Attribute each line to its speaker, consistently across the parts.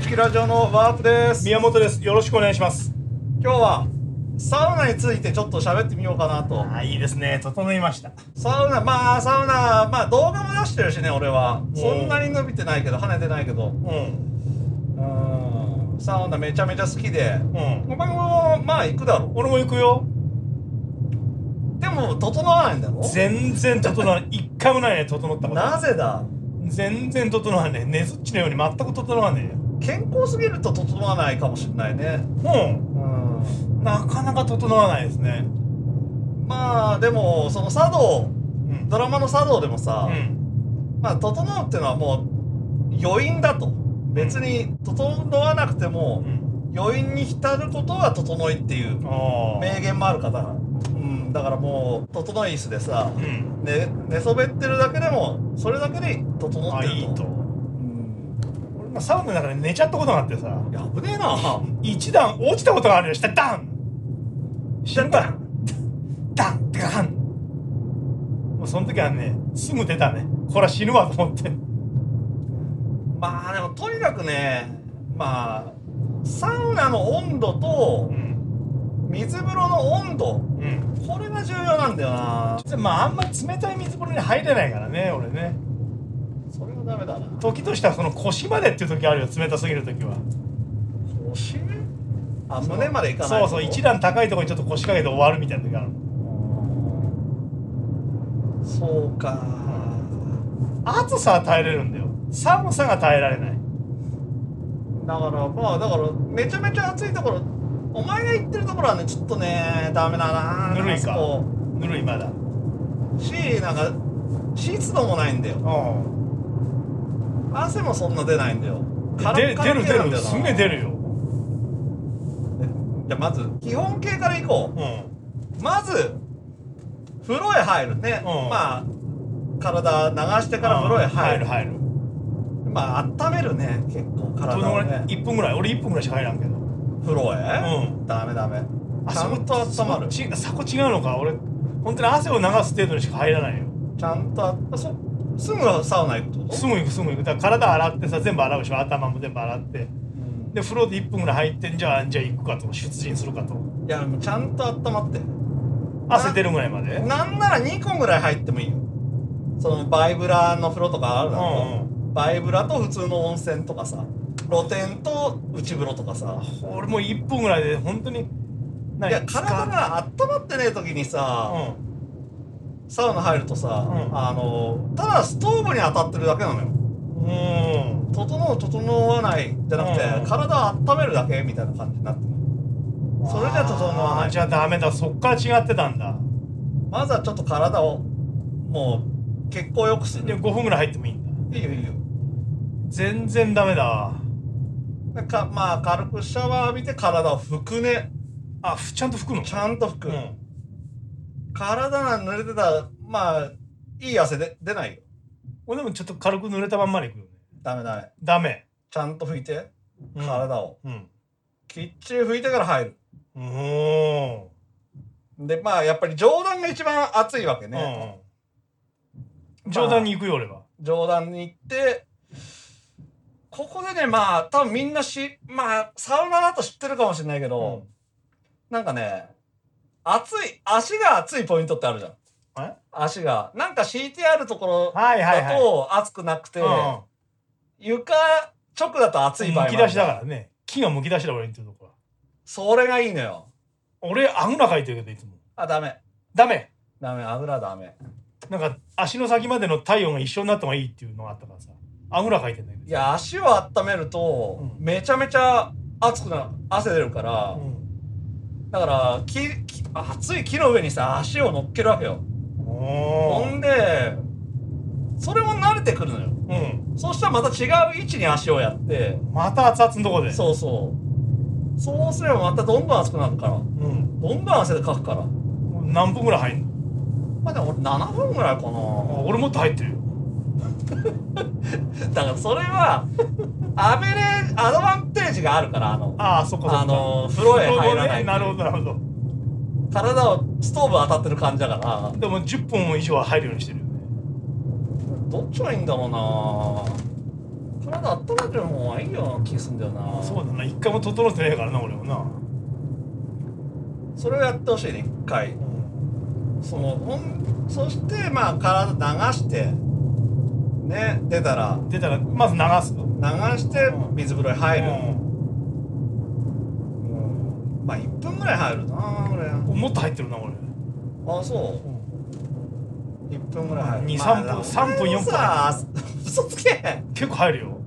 Speaker 1: 式ラジオのワープです
Speaker 2: 宮本ですよろしくお願いします
Speaker 1: 今日はサウナについてちょっと喋ってみようかなと
Speaker 2: あいいですね整いました
Speaker 1: サウナまあサウナまあ動画も出してるしね俺はそんなに伸びてないけど跳ねてないけど
Speaker 2: うん
Speaker 1: うんサウナめちゃめちゃ好きで
Speaker 2: うん
Speaker 1: お前もまあ行くだろ
Speaker 2: 俺も行くよ
Speaker 1: でも整わないんだろ
Speaker 2: 全然整わない一回もないね整ったこと
Speaker 1: なぜだ
Speaker 2: 全然整わねえねずっちのように全く整わね
Speaker 1: 健康すぎると整わないかもしれないね
Speaker 2: えよ
Speaker 1: うん
Speaker 2: うんなかなか整わないですね
Speaker 1: まあでもその茶道
Speaker 2: うん
Speaker 1: ドラマの茶道でもさ、
Speaker 2: うん
Speaker 1: まあ整うっていうのはもう余韻だと別に整わなくて
Speaker 2: う
Speaker 1: も
Speaker 2: ん
Speaker 1: 余韻に浸ることは整いっていう
Speaker 2: あ
Speaker 1: 名言もある方が、うん、だからもう整い椅子でさ
Speaker 2: ー、うん
Speaker 1: ね、寝そべってるだけでもそれだけで整っ
Speaker 2: あ
Speaker 1: てると
Speaker 2: いいと
Speaker 1: うん、
Speaker 2: 俺もサウナの中で寝ちゃったことがあってさ
Speaker 1: いや危ねえな
Speaker 2: 一段落ちたことがあるよ下ダン
Speaker 1: 下に
Speaker 2: ダンダンガンもうその時はねすぐ出たねこれは死ぬわと思って
Speaker 1: まあでもとにかくねまあサウナの温度と
Speaker 2: ん
Speaker 1: 水風呂の温度
Speaker 2: うん
Speaker 1: これが重要なんだよな
Speaker 2: まああんま冷たい水風呂に入れないからね俺ね
Speaker 1: それはダメだな
Speaker 2: 時としてはその腰までっていう時あるよ冷たすぎる時は
Speaker 1: 腰あ胸までいかない
Speaker 2: そうそう一段高いところにちょっと腰掛けて終わるみたいな時ある
Speaker 1: そうか
Speaker 2: 暑さは耐えれるんだよ寒さが耐えられない
Speaker 1: だからまあだからめちゃめちゃ暑いところお前が言ってるところはねちょっとねダメだな
Speaker 2: ぬるい
Speaker 1: あ
Speaker 2: か
Speaker 1: そ
Speaker 2: ぬるいまだ
Speaker 1: こしなんか湿度もないんだよ
Speaker 2: う
Speaker 1: 汗もそんな出ないんだよカ
Speaker 2: ん
Speaker 1: ラ
Speaker 2: で
Speaker 1: ッカ
Speaker 2: 出
Speaker 1: ラ
Speaker 2: る
Speaker 1: 系
Speaker 2: 出
Speaker 1: なんだよ
Speaker 2: る
Speaker 1: な
Speaker 2: すげえ出るよ
Speaker 1: じゃあまず基本形からいこ
Speaker 2: うん
Speaker 1: うまず風呂へ入るね、
Speaker 2: うん
Speaker 1: まあ体流してから風呂へ入る
Speaker 2: 入る入る
Speaker 1: まあ温めるね結構
Speaker 2: ど
Speaker 1: 体
Speaker 2: のぐ
Speaker 1: を
Speaker 2: らい
Speaker 1: ね
Speaker 2: 1分ぐらい俺1分ぐらいしか入らんけど
Speaker 1: 風呂へ、
Speaker 2: うん
Speaker 1: ダメダメちゃんと温まるち
Speaker 2: そっちそこ違うのか俺本当に汗を流す程度にしか入らないよ
Speaker 1: ゃんとあそすぐサウナ行くってこと
Speaker 2: すぐ行くすぐ行くだから体洗ってさ全部洗うでしょ頭も全部洗っ
Speaker 1: う
Speaker 2: て
Speaker 1: ん
Speaker 2: で風呂で1分ぐらい入ってんじゃあじゃあ行くかと出陣するかと
Speaker 1: いやでもちゃんと温まって
Speaker 2: 汗出るぐらいまでうん
Speaker 1: なんなら2個ぐらい入ってもいいよそのバイブラの風呂とかあるだろ、
Speaker 2: う
Speaker 1: バイブラと普通の温泉とかさ露天と内風呂とかさ
Speaker 2: ん俺もう1分ぐらいで本当に
Speaker 1: いや体
Speaker 2: が
Speaker 1: が温まってねえ時にさ、
Speaker 2: う
Speaker 1: サウナ入るとさ、
Speaker 2: うん
Speaker 1: あのただストーブに当たってるだけなのよ
Speaker 2: んうん
Speaker 1: 整う整わないじゃなくて、
Speaker 2: うん
Speaker 1: 体を温めるだけみたいな感じになってるそれじゃ整わな
Speaker 2: あー
Speaker 1: い
Speaker 2: じゃあダメだそっから違ってたんだ
Speaker 1: まずはちょっと体をもう血行良くす
Speaker 2: で
Speaker 1: る
Speaker 2: 5分ぐらい入ってもいいんだ
Speaker 1: いいよいいよ
Speaker 2: 全然ダメだわ
Speaker 1: でかまあ軽くシャワー浴びて体を拭くね
Speaker 2: あふちゃんと拭くの
Speaker 1: ちゃんと拭く、
Speaker 2: うん
Speaker 1: 体が濡れてたらまあいい汗で出ないよ
Speaker 2: 俺でもちょっと軽く濡れたまんまで行くよね
Speaker 1: ダメダメ
Speaker 2: ダメ、
Speaker 1: ちゃんと拭いて
Speaker 2: うん、
Speaker 1: 体を、
Speaker 2: うん
Speaker 1: きっちり拭いてから入る
Speaker 2: うーん
Speaker 1: でまあやっぱり上段が一番熱いわけね、
Speaker 2: うん上段に行くよ俺は
Speaker 1: 上段に行ってここでねまあ多分みんなしまあサウナだと知ってるかもしれないけど、なんかね、熱い、足が熱いポイントってあるじゃん。
Speaker 2: え
Speaker 1: 足が。なんか敷いてあるところ
Speaker 2: はいはい
Speaker 1: だ
Speaker 2: はい
Speaker 1: と熱くなくて、
Speaker 2: うん
Speaker 1: 床直だと熱い場合もあ
Speaker 2: む
Speaker 1: る
Speaker 2: き出しだからね木がむき出しだ俺にっていうとこは
Speaker 1: それがいいのよ。
Speaker 2: 俺あぐらかいてるけどいつも
Speaker 1: あ、ダメ。
Speaker 2: ダメ
Speaker 1: ダメ、あぐらダメ。
Speaker 2: なんか足の先までの体温が一緒になった方がいいっていうのがあったからさあぐらかいてんだけど
Speaker 1: いや、足を温めると、
Speaker 2: うん
Speaker 1: めちゃめちゃ熱くなる。汗出るから、
Speaker 2: うん
Speaker 1: だから木木熱い木の上にさ、足を乗っけるわけよ。ほ
Speaker 2: おー
Speaker 1: んで、それも慣れてくるのよ。
Speaker 2: うん
Speaker 1: そしたらまた違う位置に足をやって、
Speaker 2: また熱々のとこで
Speaker 1: そうそう。そうすればまたどんどん熱くなるから。
Speaker 2: うん
Speaker 1: どんどん汗でかくから。
Speaker 2: もう何分ぐらい入んの
Speaker 1: まあでも俺7分ぐらいか
Speaker 2: あ
Speaker 1: な。
Speaker 2: 俺もっと入ってるよ
Speaker 1: だからそれは、アベレアドバンテージがあるから、あの、
Speaker 2: ああそっかそっか
Speaker 1: あのー風呂へ入らない
Speaker 2: 風呂ねなるほどなるほど
Speaker 1: 体をストーブ当たってる感じだから、
Speaker 2: でも10分以上は入るようにしてるよね
Speaker 1: どっちがいいんだろうな体温めてる方がいいような気がするんだよな
Speaker 2: そうだな一回も整ってねえからな俺もな
Speaker 1: それをやってほしいね一回そのほんそしてまあ体流してね出たら
Speaker 2: 出たらまず流す
Speaker 1: 流して
Speaker 2: うん
Speaker 1: 水風呂に入る、
Speaker 2: うん
Speaker 1: うんまあ1分ぐらい入るな俺
Speaker 2: もっと入ってるな俺
Speaker 1: あそう1分ぐらい入る
Speaker 2: 二
Speaker 1: まあ
Speaker 2: 三分三分
Speaker 1: お前も
Speaker 2: 四分
Speaker 1: さ嘘つけ
Speaker 2: 結構入るよ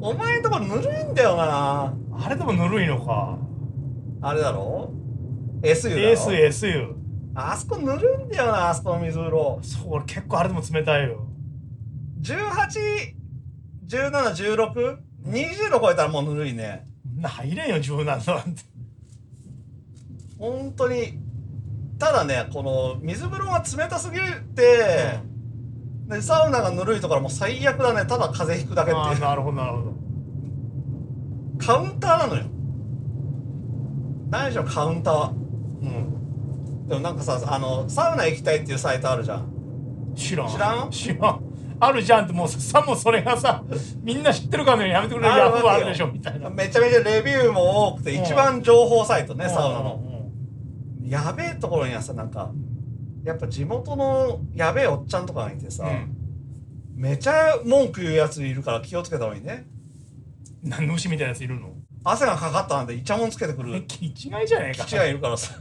Speaker 1: お前んとこぬるいんだよな
Speaker 2: あれでもぬるいのか
Speaker 1: あれだろ ?SU だろ
Speaker 2: S S U
Speaker 1: あそこぬるいんだよなあそこの水風呂
Speaker 2: そう俺結構あれでも冷たいよ
Speaker 1: 18171620度超えたらもうぬるいね
Speaker 2: そんな入れんよ柔軟度なんて
Speaker 1: 本当にただねこの水風呂が冷たすぎて、でサウナがぬるいところもう最悪だねただ風邪ひくだけって
Speaker 2: あー
Speaker 1: いう
Speaker 2: なるほどなるほど
Speaker 1: カウンターなのよ何でしょうカウンター
Speaker 2: うん
Speaker 1: でもなんかさあのサウナ行きたいっていうサイトあるじゃん
Speaker 2: 知らん
Speaker 1: 知らん
Speaker 2: 知らんあるじゃんってもうさもうそれがさみんな知ってるかのようにやめてくれる
Speaker 1: ある
Speaker 2: ヤ
Speaker 1: わ
Speaker 2: フ
Speaker 1: けよ
Speaker 2: ーあるでしょみたいな
Speaker 1: めちゃめちゃレビューも多くて
Speaker 2: うん
Speaker 1: 一番情報サイトね
Speaker 2: うん
Speaker 1: サウナの
Speaker 2: う
Speaker 1: やべえところにはさなんかやっぱ地元のやべえおっちゃんとかがいてさ、
Speaker 2: んうん
Speaker 1: めちゃ文句言うやついるから気をつけた方がいいね
Speaker 2: 何の牛みたいなやついるの
Speaker 1: 汗がかかったなんてイチャモンつけてくる
Speaker 2: 気違いじゃねえか
Speaker 1: 父がいるからさ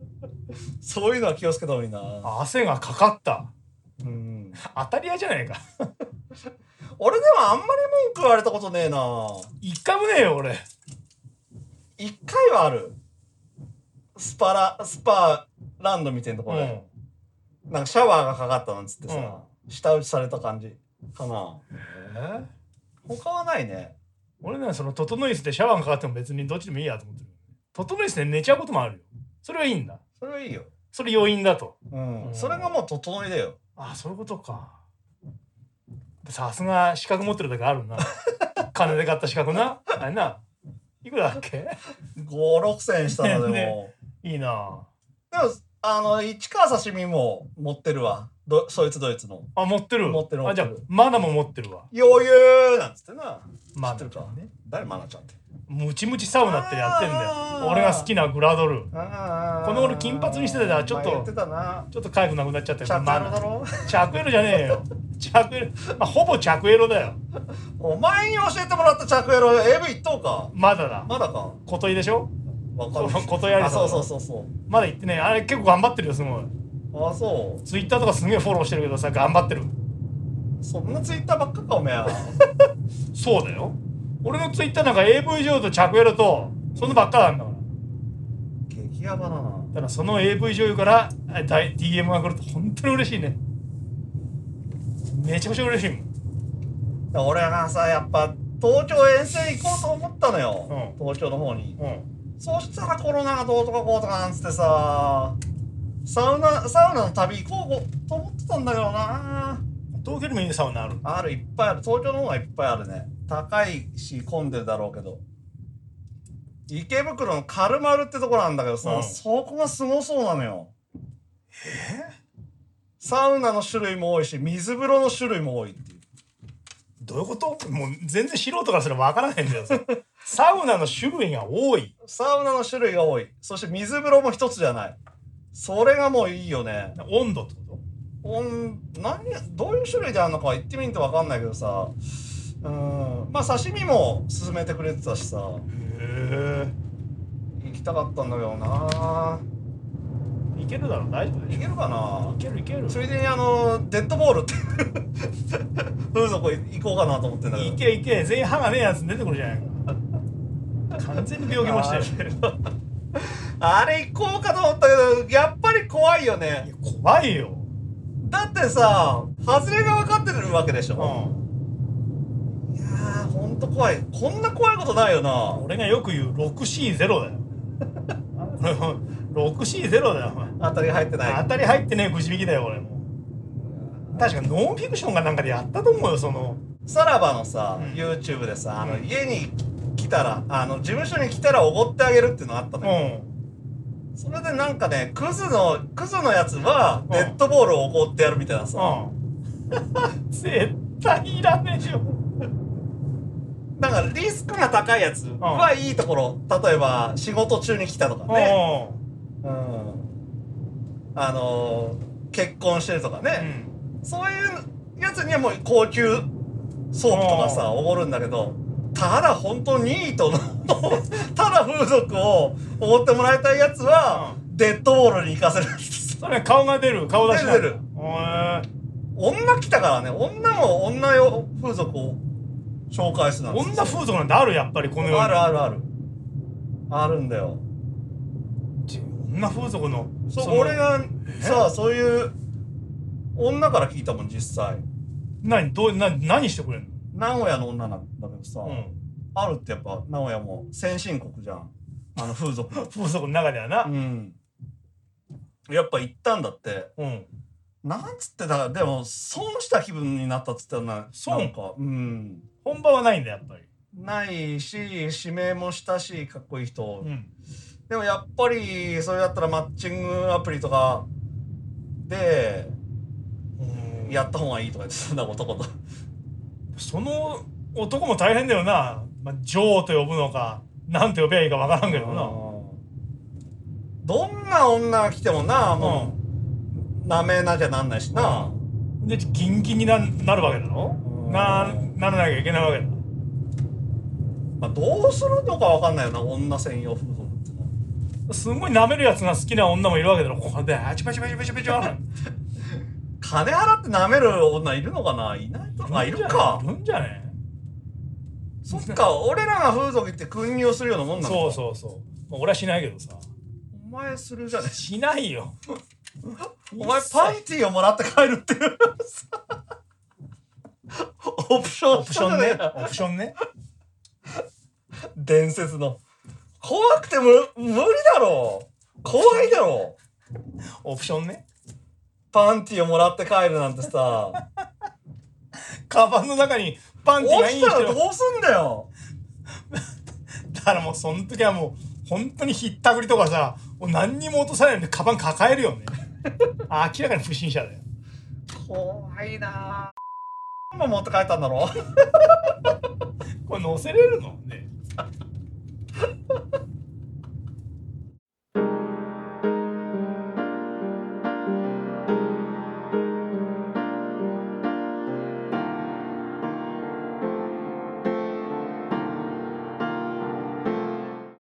Speaker 1: そういうのは気をつけた方がいいな
Speaker 2: 汗がかかった
Speaker 1: うん
Speaker 2: 当たり屋じゃねえか
Speaker 1: 俺でもあんまり文句言われたことねえな
Speaker 2: 一回もねえよ俺
Speaker 1: 一回はあるスパラスパランドみたいなところで、なんかシャワーがかかったなんつってさ、舌打ちされた感じかな
Speaker 2: えー
Speaker 1: 他はないね
Speaker 2: 俺ねその整い椅子でシャワーがかかっても別にどっちでもいいやと思ってる整い椅子で寝ちゃうこともあるよそれはいいんだ
Speaker 1: それはいいよ
Speaker 2: それ要因だと
Speaker 1: うん、
Speaker 2: うん
Speaker 1: それがもう整いだよ
Speaker 2: あそういうことかさすが資格持ってるだけあ るな金で買った資格なあれないくらだっけ
Speaker 1: 56千したのでも、
Speaker 2: ねいいな
Speaker 1: でもあの市川刺身も持ってるわどそいつドイツの
Speaker 2: あ持ってる
Speaker 1: 持ってる
Speaker 2: あじゃあ
Speaker 1: 持ってる
Speaker 2: マナも持ってるわ
Speaker 1: 余裕なんつってな知
Speaker 2: マナ
Speaker 1: ってるか
Speaker 2: ね
Speaker 1: 誰マナちゃんって
Speaker 2: ムチムチサウナってやってんだ
Speaker 1: あー
Speaker 2: よ俺が好きなグラドル
Speaker 1: こ
Speaker 2: この頃金髪にしてたらちょっと
Speaker 1: 言ってたな
Speaker 2: ちょっと回復なくなっちゃった
Speaker 1: チャ
Speaker 2: よ
Speaker 1: ン
Speaker 2: マ
Speaker 1: ネルだ
Speaker 2: ナ
Speaker 1: ろ
Speaker 2: 着エロじゃねえよ着エロ、まあ、ほぼ着エロだよ
Speaker 1: お前に教えてもらった着エロ AV 一等か
Speaker 2: まだだ
Speaker 1: まだか
Speaker 2: 小鳥でしょ
Speaker 1: わかんない
Speaker 2: そうことやり
Speaker 1: あ
Speaker 2: そ
Speaker 1: そううそうそうそう
Speaker 2: まだ行ってねあれ結構頑張ってるよすごい
Speaker 1: あそう
Speaker 2: ツイッターとかすげえフォローしてるけどさ頑張ってる
Speaker 1: そんなツイッターばっかかおめえは
Speaker 2: そうだよ俺のツイッターなんか AV 上と着エロとそのばっかなんだから
Speaker 1: 激ヤバだな
Speaker 2: だからその AV 女優からあだい DM が来ると本当に嬉しいねめちゃくちゃ嬉しいもん
Speaker 1: 俺がさやっぱ東京遠征行こうと思ったのよ、
Speaker 2: う
Speaker 1: 東京の方に
Speaker 2: うん
Speaker 1: そしたらコロナがどうとかこうとかなんつってさサウナサウナの旅行こうと思ってたんだけどな
Speaker 2: 東京にもいいサウナある
Speaker 1: あるいっぱいある東京の方がいっぱいあるね高いし混んでるだろうけど池袋のカルマルってとこなんだけどさ、
Speaker 2: うん
Speaker 1: そこがすごそうなのよサウナの種類も多いし水風呂の種類も多いっていう
Speaker 2: どういうこともう全然素人からすれば分からないんだよさサウナの種類が多い
Speaker 1: サウナの種類が多いそして水風呂も一つじゃないそれがもういいよね
Speaker 2: 温度ってこ
Speaker 1: うん何どういう種類であるのかは言ってみんと分かんないけどさうんまあ刺身も勧めてくれてたしさ行
Speaker 2: とへ
Speaker 1: きたかったんだけどな
Speaker 2: えいけるだろう大丈夫で
Speaker 1: い
Speaker 2: し
Speaker 1: けるか
Speaker 2: ょ
Speaker 1: ない
Speaker 2: けるいける
Speaker 1: ついでにあのデッドボールって 風俗行こうかなと思ってんだけど
Speaker 2: いけいけ全員歯がねえやつ出てくるじゃないか完全に病気持ち だよ
Speaker 1: あれ行こうかと思ったけどやっぱり怖いよ
Speaker 2: い
Speaker 1: ね
Speaker 2: や怖いよ
Speaker 1: だってさ外れが分かってるわけでし
Speaker 2: う
Speaker 1: ょ、
Speaker 2: ん
Speaker 1: いやーほんと怖いこんな怖いことないよな
Speaker 2: 俺がよく言う 6C0 だよ 6C0 だよお前
Speaker 1: 当たり入ってない
Speaker 2: 当たり入ってねえくじ引きだよ俺も確かノンフィクションがなんかでやったと思うよその
Speaker 1: さらばのさ、
Speaker 2: うん
Speaker 1: YouTube でさあの、
Speaker 2: うん
Speaker 1: 家に来たらあの事務所に来たらおごってあげるっていうのあった
Speaker 2: う
Speaker 1: のよ、
Speaker 2: ん
Speaker 1: それでなんかねクズのクズのやつは
Speaker 2: ん
Speaker 1: デッドボールをおごってやるみたいなさ、
Speaker 2: うん絶対いらねえよ。
Speaker 1: だからリスクが高いやつはいいところ、例えば仕事中に来たとかね、
Speaker 2: おう
Speaker 1: うん、あのー結婚してるとか
Speaker 2: う
Speaker 1: ね、
Speaker 2: ん
Speaker 1: そういうやつにはもう高級ソープとかさおごるんだけどただ本当にニートの ただ風俗をおごってもらいたいやつは、デッドボールに行かせるんです
Speaker 2: それ顔が出る顔出しなん
Speaker 1: 出
Speaker 2: だ
Speaker 1: てる
Speaker 2: へ
Speaker 1: 女来たからね女も女用風俗を紹介する
Speaker 2: え
Speaker 1: なんですよ
Speaker 2: 女風俗なんてあるやっぱりこの世に
Speaker 1: あるあるあるあるんだよ
Speaker 2: 女風俗の
Speaker 1: そう
Speaker 2: の
Speaker 1: 俺がさそういう女から聞いたもん実際
Speaker 2: 何どうな何してくれんの
Speaker 1: 名古屋の女なんだけどさ、
Speaker 2: うん
Speaker 1: あるってやっぱ名古屋も先進国じゃんあの風俗
Speaker 2: 風俗の中では な
Speaker 1: うんやっぱ行ったんだって
Speaker 2: うん
Speaker 1: なんつってたでも損した気分になったっつってたな
Speaker 2: 損
Speaker 1: なんかうん
Speaker 2: 本場はないんだやっぱり
Speaker 1: ないし指名もしたしかっこいい人、
Speaker 2: うん
Speaker 1: でもやっぱりそれだったらマッチングアプリとかで
Speaker 2: うん
Speaker 1: やった方がいいとか言ってたんだ男と
Speaker 2: その男も大変だよな、まあ、女王と呼ぶのか何て呼べばいいかわからんけどな
Speaker 1: どんな女が来てもなもう舐めなきゃなんないしな、
Speaker 2: うんでギンギンにななるわけだろ
Speaker 1: うん
Speaker 2: なならなきゃいけないわけだ
Speaker 1: まあ、どうするのかわかんないよな女専用風俗ってのは
Speaker 2: すごい舐めるやつが好きな女もいるわけだろここであちばちばちばちばちば
Speaker 1: 金払って舐める女いるのかないないと まあいるか
Speaker 2: いるんじゃね
Speaker 1: そっか俺らが風俗行って訓入するようなもんなの
Speaker 2: そう
Speaker 1: う
Speaker 2: そうそうまあ俺はしないけどさ
Speaker 1: お前するじゃね
Speaker 2: しないよ
Speaker 1: お前パンティーをもらって帰るっていうオプション
Speaker 2: オプションねオプションね
Speaker 1: 伝説の怖くてむ無理だろ怖いだろ
Speaker 2: オプションね
Speaker 1: パンティーをもらって帰るなんてさ
Speaker 2: カバンの中にパンティが
Speaker 1: 落
Speaker 2: いい
Speaker 1: ち
Speaker 2: 人
Speaker 1: たらどうすんだよ
Speaker 2: だからもうその時はもう本当にひったくりとかさもう何にも落とさないでカバン抱えるよね明らかに不審者だよ
Speaker 1: 怖いなぁも持って帰ったんだろ
Speaker 2: これ乗せれるのね